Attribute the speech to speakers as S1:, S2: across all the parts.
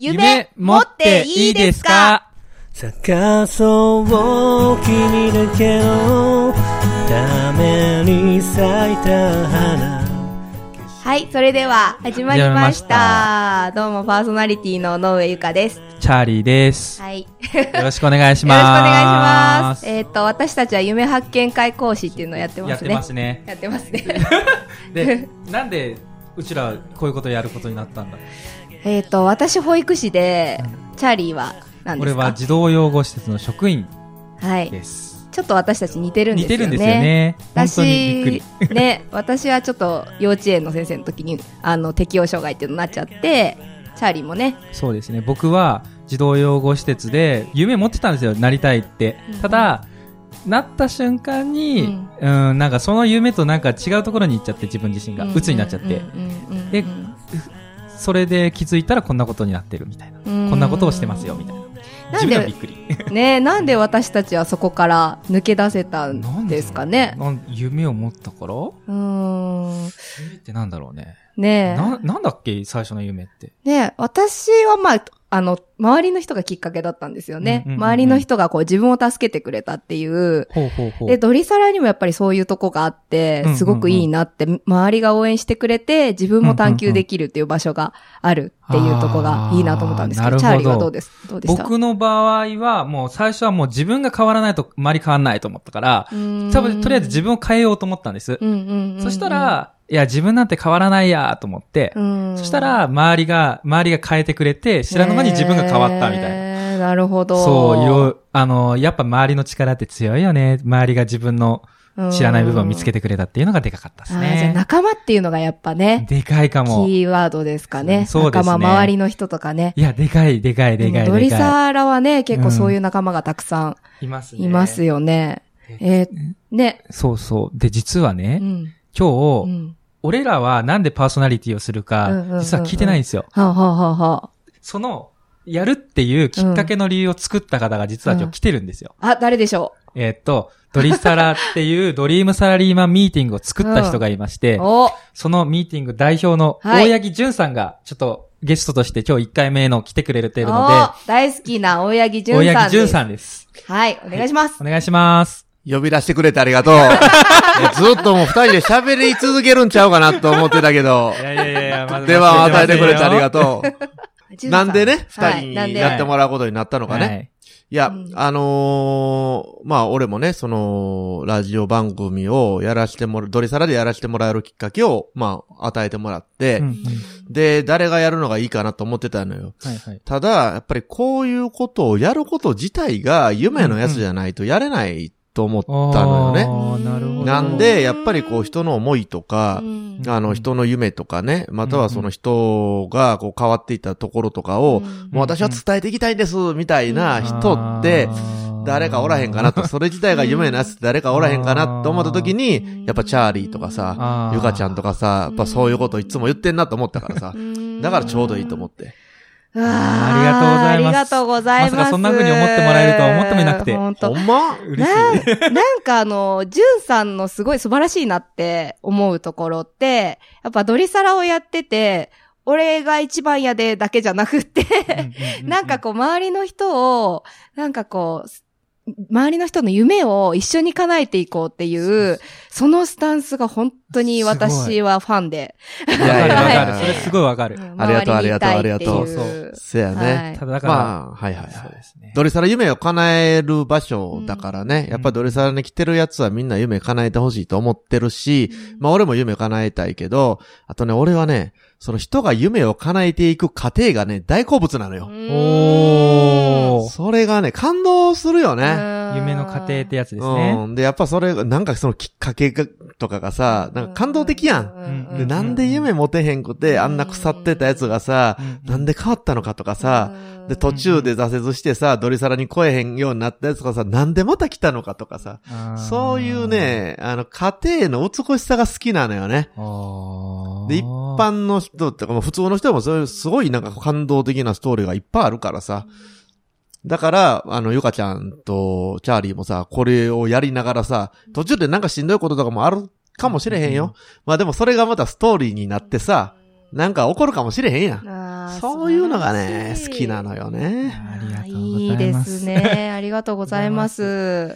S1: 夢持っていいですか
S2: 探そう君だけのために咲いた花
S1: はい、それでは始まりました。どうもパーソナリティの野上ゆかです。
S3: チャーリーです。よ
S1: はい。よろしく
S3: ろしくお願いし
S1: お
S3: ま。
S1: 願いしますす。えっ、と、私たちは夢発見会講師っていうのをやって
S3: や
S1: ま
S3: っ
S1: す
S3: て
S1: ね。
S3: ますね。
S1: やってますね。
S3: で、なんで、うちら、こういうことやることになったんだ
S1: えっと、私保育士で、チャーリーは何で
S3: 俺
S1: すか
S3: は児童養護施設の職員
S1: はい。
S3: です。
S1: ちょっと私たち似てるんで
S3: 似
S1: すよね。
S3: てるんですよね。本当にびっく
S1: 私
S3: り。、
S1: ね、私はちょっと幼稚園の先生の時に、あの、適応障害っていうのになっちゃって、チャーリーもね、
S3: そうですね。僕は児童養護施設で夢持ってたんですよ。なりたいって
S1: うん。
S3: ただ、なった瞬間に、うん、なんかその夢となんか違うところに行っちゃって、自分自身が。鬱になっちゃって。でそれで気づいたらこんなことになってるみたいな。
S1: こ
S3: こんなことをしてますよ、みたいな。
S1: な
S3: 自
S1: ん
S3: 分
S1: で
S3: がびっくり。
S1: ねなんで私たちはそこから抜け出せたんですかね。
S3: なん夢を持ったから
S1: うーん。
S3: 夢ってなんだろうね。
S1: ね
S3: な、なんだっけ最初の夢って。
S1: ね私はまあ、あの、周りの人がきっかけだったんですよね。
S3: うんうんうんうん
S1: 周りの人がこう自分を助けてくれたっていう。
S3: ほうほうほ
S1: で、ドリサラにもやっぱりそういうとこがあって
S3: うんうんう、ん
S1: すごくいいなって、周りが応援してくれて、自分も探求できるっていう場所があるっていうとこがいいなと思ったんですけど、
S3: あー
S1: チ
S3: な
S1: ャ
S3: る
S1: ーリー
S3: ほど
S1: はどうですどうでした
S3: 僕の場合は、もう最初はもう自分が変わらないと、周り変わらないと思ったから、多分とりあえず自
S1: 分、
S3: 分を変えようと思ったんです。
S1: うんうんうんうん
S3: そした、ら、いや、自分なんて変わらないやと思って、
S1: そ
S3: そした、ら、周りが、周りが変えてくれて、知らぬ間に自分が変わったみたいな。
S1: な。なるほど。
S3: そう、いろいろ、あの、やっぱ周りの力って強いよね。周りが自分の知らない部分を見つけ
S1: て
S3: てくれたっていうのがでかかったです
S1: じゃあ
S3: ね。
S1: 仲間っていうのがやっぱね、
S3: でかいか
S1: キ
S3: も。
S1: ーワードですかね。
S3: そうですね
S1: 仲間、周りの人とかね。
S3: いや、でかい、でかい、でかい、
S1: ドリ
S3: でか
S1: サラはね、結構そういう仲間がたくさ
S3: い。います
S1: んいますよね。えーね。
S3: そうそう。で、実はね、
S1: うん
S3: 今日、
S1: うん
S3: 俺らはなんでパーソナリティをするか、
S1: うんうんうん
S3: 実は聞いてないんですよ。
S1: はあ、はあはあは
S3: その、やるっていうきっかけの理由を作った方が実は今日来てるんですよ。
S1: あ、あ、誰でしょ
S3: えーっと、ドリサラっていうドリームサラリーマンミーティングを作った人がいまして、
S1: うお
S3: そのミーティング代表の
S1: はい
S3: 大八木淳さんが、ちょっとゲストとして今日1回目の来てくれてるの
S1: お大好きな大八木
S3: で、大
S1: 淳さ
S3: 八
S1: ん
S3: 木淳
S1: です。
S3: さんです。
S1: はい、お願いします。
S3: お願いします。
S2: 呼び出してくれてありがとういや ずっともう二人で喋り続けるんちゃうかなと思ってたけ ど
S3: いやいやいやい や、まだ
S2: 電話を与えてくれてあり
S3: と
S2: がとう
S1: 淳さ
S2: なんでね二
S1: はい
S2: 人
S1: なん
S2: に
S1: で
S2: やってもらうことになったのかね、
S3: はい。
S2: いや、
S1: うん
S2: あのーまあ、俺もね、その、ラジオ番組をやらしてもらう、ドリサラでやらしてもらえるきっかけを、まあ、与えてもらって、
S3: うんうん
S2: で、誰がやるのがいいかなと思ってたのよ。
S3: はいはい。
S2: ただ、やっぱりこういうことをやること自体が夢のやつじゃないとやれないと思ったのよね。
S3: あーなるほど。
S2: なんで、やっぱりこう人の思いとか、
S1: うん
S2: あの人の夢とかね、またはその人がこう変わっていったところとかを、
S1: うん
S2: もう私は伝えていきたいんです、みたいな人って、誰かおらへんかなと、それ自体が夢のやつって誰かおらへんかなと思った時
S1: うん
S2: に、やっぱチャーリーとか
S3: あ
S2: さ、
S3: ー
S2: ゆかちゃんとかさ、やっぱそういうこといつも言ってんなと思ったからさ、だからちょうどいいと思って。
S1: うわー
S3: ありがとう
S1: ありがとうございます。
S3: まさかそんな風に思ってもらえるとは思ってもいなくて
S1: 本
S2: ほ
S1: 当
S2: んま
S3: 嬉しい。
S1: なんなんかあの、ジュンさんのすごい素晴らしいなって思うところって、やっぱドリサラをやってて、俺が一番やでだけじゃなくって、 なんかこう周りの人を、なんかこう、周りの人の夢を一緒に叶えていこうっていう、そのスタンスが本当に私はファンで。
S2: い
S3: わかるわかる。
S1: はい
S3: それすごいわかる。
S1: ん
S2: ありがとう
S1: 周にいたいってい
S2: ありがと
S3: うありがとうそうそ
S2: せやね。
S3: ただだから、
S2: まあ、はいはいは
S3: そうで
S2: い。
S3: すね。
S2: ドリサラ夢を叶える場所だからね。やっぱドリサラに来てるやつはみんな夢叶えてほしいと思ってるし、まあ俺も夢叶えたいけど、あとね、俺はね、その人が夢を叶えていく過程がね、大好物なのよ。
S3: おー
S2: それがね、感動するよね。
S3: 夢の過程ってやつです
S2: う
S3: ね。
S2: ん。で、やっぱそれ、なんかそのきっかけが、とかがさ、なんか感動的やん。
S3: ん
S2: で、なんで夢持てへんくて、あんな腐ってたやつがさ、なんで変わったのかとかさ、で、途中で挫折してさ、ドリサラに来えへんようになったやつとかさ、なんでまた来たのかとかさ、
S3: あー
S2: そういう、ね、あの、家庭の美しさが好きなのよね。で、一
S3: 般
S2: 般の人ってか、まあ普通の人もそういうすごいなんか感動的なストーリーがいっぱいあるからさ。だから、あの、ゆかちゃんとチャーリーもさ、これをやりながらさ、途中でなんかしんどいこととかもあるかもしれへんよ。まあでもそれがまたストーリーになってさ、なんか怒るかもしれへんやん。
S1: あー
S2: そういうのがね、
S1: 素晴らし
S2: 好
S1: い
S2: きなのよね。
S3: ありがとう
S1: い
S3: ご
S1: い
S3: ざい
S1: で
S3: ます。
S1: すね。ありがとうございます。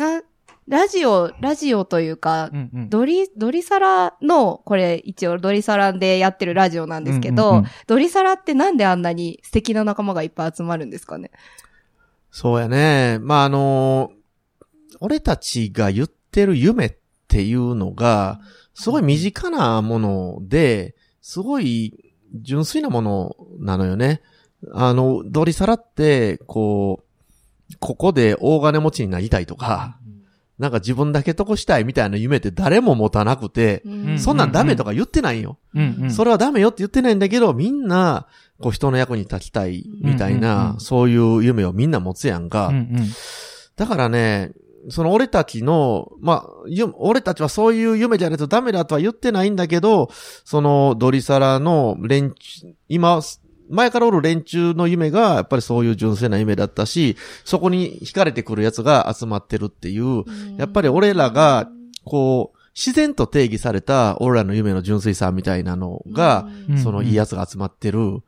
S1: なラジオ、ラジオというか
S3: う、んうん。
S1: ドリ、ドリサラの、これ一応ドリサラでやってるラジオなんですけど、
S3: うんうんうん
S1: ドリサラってなんであんなに素敵な仲間がいっぱい集まるんですかね。
S2: そうやね。まあ、あのー俺たちが言ってる夢っていうのが、すごい身近なもので、すごい純粋なものなのよね。あの、ドリサラって、こう、ここで大金持ちになりたいとか、なんか自分だけ得したいみたいな夢って誰も持たなくて、
S3: うん
S2: そんなんダメとか言ってないよ。
S3: うんうん。
S2: それはダメよって言ってないんだけど、みんな、こう人の役に立ちたいみた
S3: う
S2: い
S3: んうん
S2: な
S3: う、ん
S2: そういう夢をみんな持つやん
S3: うんう
S2: か。
S3: ん。
S2: だからね、その俺たちの、まあ、ゆ俺たちはそういう夢じゃないとダメだとは言ってないんだけど、そのドリサラの連中、今、前からおる連中の夢が、やっぱりそういう純粋な夢だったし、そこに惹かれてくるやつが集まってるっていう、やっぱり俺らが、こう、自然と定義された俺らの夢の純粋さみたいなのが、
S1: うん
S2: そのいいやつが集まってる、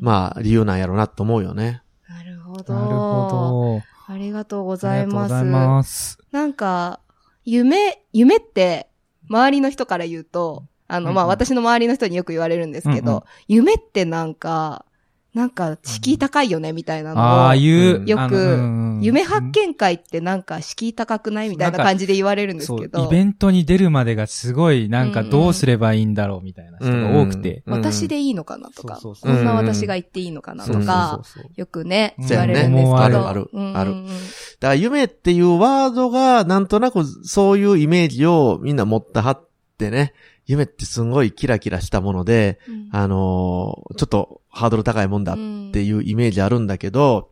S2: まあ、理由なんやろなと思うよね。
S1: なるほど。
S3: なるほ
S1: ありがとうご
S3: ど。あ
S1: ざい
S3: りがとう
S1: ます。
S3: ございます。
S1: なんか、夢、夢って、周りの人から言うと、あの、まあ、
S3: うんうん
S1: 私の周りの人によく言われるんですけど、
S3: うんうん
S1: 夢ってなんか、なんか、敷居高いよね、みたいなのを。
S3: ああいう、
S1: よく
S3: あのうんうん
S1: 夢発見会ってなんか敷居高くないみたいな感じで言われるんです
S3: そう、
S1: け
S3: イ
S1: ど。
S3: ベントに出るまでがすごい、なんかどうすればいいんだろうみたいな人が多くて。
S2: うん
S1: 私でいいのかなとか、
S3: そうそう
S2: そう
S1: こんな私が言っていいのかなと
S2: うん
S1: か、
S3: そうそう
S1: よくね、
S3: うん
S1: 言われるんですけど。
S3: そうね
S2: あるある
S1: うんうんうん
S2: あるだから夢っていうワードが、なんとなくそういうイメージをみんな持ったはってね、夢ってすごいキラキラしたもので、あのーちょっとハードル高いもんだっていうイメージあるんだけど、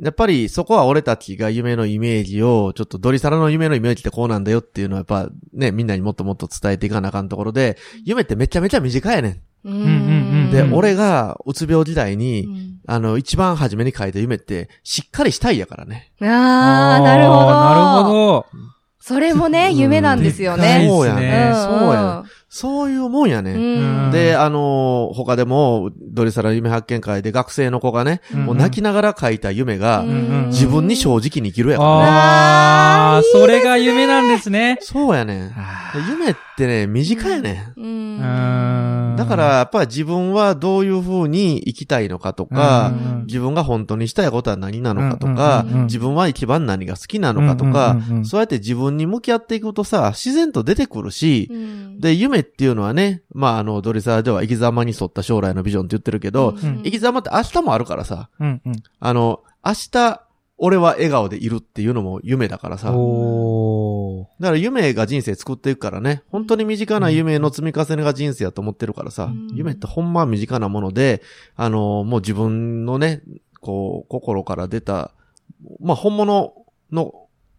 S2: やっぱりそこは俺たちが夢のイメージを、ちょっとドリサラの夢のイメージってこうなんだよっていうのはやっぱね、みんなにもっともっと伝えていかなあかんところで、夢ってめちゃめちゃ短いやね。
S1: うん
S3: んうんうんん
S2: で、
S1: うん
S2: 俺がうつ病時代に、
S1: うん
S2: あの、一番初めに書いた夢って、しっかりしたいやからね。
S1: あー、なるほど。
S3: あーなるほど。
S1: それもね、夢なんですよね。
S2: そうや
S3: で
S1: うん
S3: かいっ
S2: ね。
S3: す
S2: そうやね。そういうもんやね。
S1: うんうん
S2: で、あのー他でも、ドリサラ夢発見会で学生の子がね、
S3: うん
S2: もう泣きながら書いた夢が、
S1: うん
S3: うん
S2: 自分に正直に生きるやからね。
S3: あ
S1: あ
S3: あ
S1: ー、
S3: それが夢なんですね。
S2: そうやね。で夢ってね、短いね。
S1: うん
S3: うん
S2: だから、、やっぱり自分はどういう風に生きたいのかと
S1: う
S2: か、
S1: ん
S2: 自分が本当にしたいことは何なのかと
S1: う
S2: か
S1: んうんうんうん、
S2: 自分は一番何が好きなのかと
S3: う
S2: か
S3: んうんうんう、ん
S2: そうやって自分に向き合っていくとさ、自然と出てくるし、
S1: うん、
S2: で、夢っていうのはね、まあ、あの、ドリサーでは生き様に沿った将来のビジョンって言ってるけど、
S1: うん
S2: 生き様って明日もあるからさ、
S3: うんうん
S2: あの、明日、俺は笑顔でいるっていうのも夢だからさ、だか
S3: おー
S2: ら夢が人生作っていくからね、本当に身近な夢の積み重ねが人生やと思ってるからさ
S1: う、ん
S2: 夢ってほんま身近なもので、あの、もう自分のね、こう、心から出た、まあ、本物の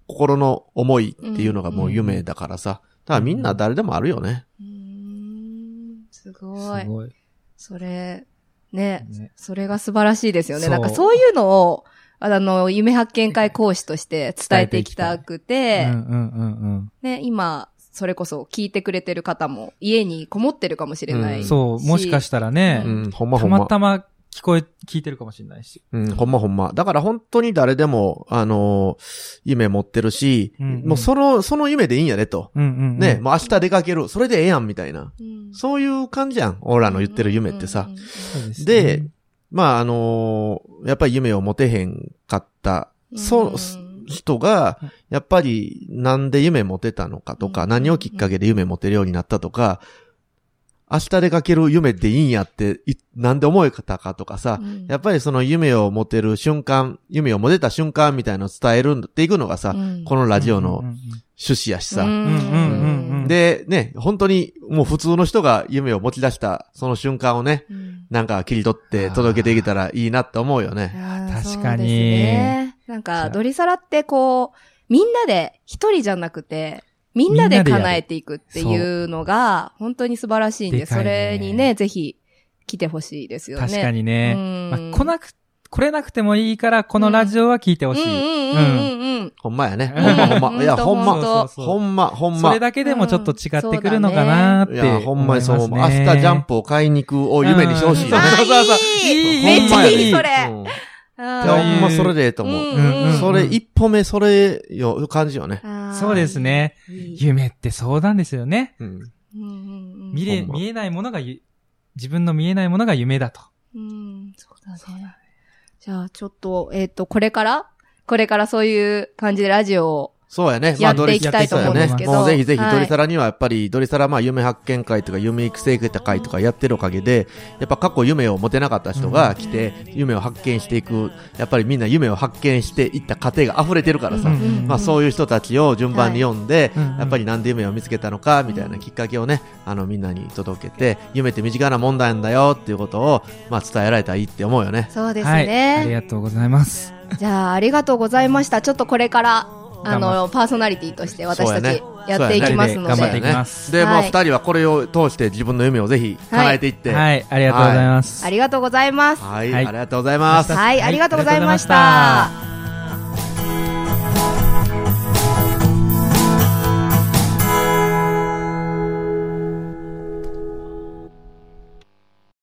S2: 心の思いっていうのがもう夢だからさ、だからみんな誰でもあるよね。
S1: うんすごい
S3: す。ごい。
S1: それ、ね、
S3: ね
S1: それが素晴らしいですよね。
S3: そう
S1: なんかそういうのを、あの、夢発見会講師として伝えていきたくて、
S3: うんうんうん
S1: ね、今、それこそ聞いてくれてる方も家にこもってるかもしれな
S2: う
S1: い、
S3: うんん。そう、もしかしたらね
S2: う、ん、ほんまほ
S3: た
S2: んま。
S3: またま聞こえ、聞いてるかもしれないし。
S2: うん、ほんまほんま。だから本当に誰でも、あのー夢持ってるし、
S3: うんうん
S2: もうその、その夢でいいんやでと。
S3: うんうんうん
S2: ね、もう明日出かける。それでええやん、みたいな。
S1: うん
S2: そういう感じやん。俺らの言ってる夢って
S1: う
S2: さ。
S1: んうんうん
S3: そうですね
S2: で、まあ、あのーやっぱり夢を持てへんかった、
S1: うん
S2: そう、す人が、やっぱり、なんで夢持てたのかと
S1: う
S2: か、
S1: ん
S2: 何をきっかけで夢持てるようになったとか、明日出かける夢でいいんやって、いなんで思えたかとかさ、
S1: うん
S2: やっぱりその夢を持てる瞬間、夢を持てた瞬間みたいのを伝えるんっていくのがさ、
S1: うん
S2: このラジオの
S3: うんうん
S2: 趣旨やしさ。
S1: うん
S3: うんうんうん
S2: で、ね、本当にもう普通の人が夢を持ち出したその瞬間をね、
S1: うん
S2: なんか切り取って届けていけたらいいなって思うよ
S1: い
S2: ね。
S1: やー
S3: 確か
S1: そうで
S3: に
S1: すねなん
S3: じゃ
S1: か、
S3: あ
S1: ドリサラってこう、みんなで、一人じゃなくて、みんな
S3: みん
S1: で
S3: なでやる
S1: 叶えていくっていうのが、本当に素晴らしいんで、
S3: でかい
S1: そ
S3: ね
S1: れにね、ぜひ来てほしいですよね。
S3: 確かにね
S1: うん。
S3: まあ来なく、来れなくてもいいから、このラジオは聞いてほしい。
S1: うんうんうんうんうん。
S2: ほんま やね。
S3: うん
S2: ほんまほんま。いや、
S1: ほ
S2: ほ
S1: んと
S2: ん
S1: ほん
S2: ま。
S1: と
S3: そうそうそう
S2: ほんま、ほん
S3: そ
S2: ま。
S3: れ
S2: い
S3: だけでもちょっと違ってくるのかなーって。
S2: や、ほんまにそう思う。
S3: 思いま
S2: 明
S3: す
S2: 日
S3: ね
S2: ジャンプを買いに行くを夢にしてほしいよね。
S3: うん
S1: あ
S3: そうそう
S1: ー
S3: そう
S1: いい
S3: いい
S1: めっちゃいい、そ
S3: ほんま
S1: れ。
S2: うんい
S1: うん
S2: や、ほんまそれでええと思う。
S1: うんうん
S2: それ、一歩目、それよ、感じよね。
S1: あー
S3: そうですね。
S1: いい
S3: 夢ってそうなんですよね。
S2: うん。
S1: うんうんうん
S3: 見れ、
S2: ほんま
S3: 見えないものがゆ、自分の見えないものが夢だと。
S1: うん、そうだね。じゃあ、ちょっと、えっ、と、これからこれからそういう感じでラジオを。
S2: そうやね。
S1: やっていきたいと思うんですけど
S2: まあドリサラそうやねもうぜひぜひ、
S1: はい
S2: ドリサラにはやっぱり、ドリサラまあ夢発見会とか夢育成会とかやってるおかげで、やっぱ過去夢を持てなかった人が来て、夢を発見していく、やっぱりみんな夢を発見していった過程が溢れてるからさ、
S3: うんうん
S2: まあそういう人たちを順番に読んで、
S3: はい
S2: やっぱりなんで夢を見つけたのか、みたいなきっかけをね、あのみんなに届けて、夢って身近な問題なんだよっていうことを、まあ伝えられたらいいって思うよね。
S1: そうです
S3: はい。あり
S1: ね。
S3: がとうございます。
S1: じゃあ、ありがとうございました。ちょっとこれから、あ
S3: 頑張
S1: の、パーソナリティとして私た
S2: そうや
S1: ち
S2: ね
S1: やっていきますの
S3: 頑張って
S1: で。
S3: いきます
S2: で、ま
S1: は
S2: あ
S1: い
S2: 二人はこれを通して自分の夢をぜひ叶えていって、
S3: はい。ありがとうございます。
S1: ありがとうございます。
S2: はい、
S3: はい
S2: ありがとうございます。
S1: はい、
S3: はい
S1: ありがとうございまし
S3: ありがとうございました
S1: た。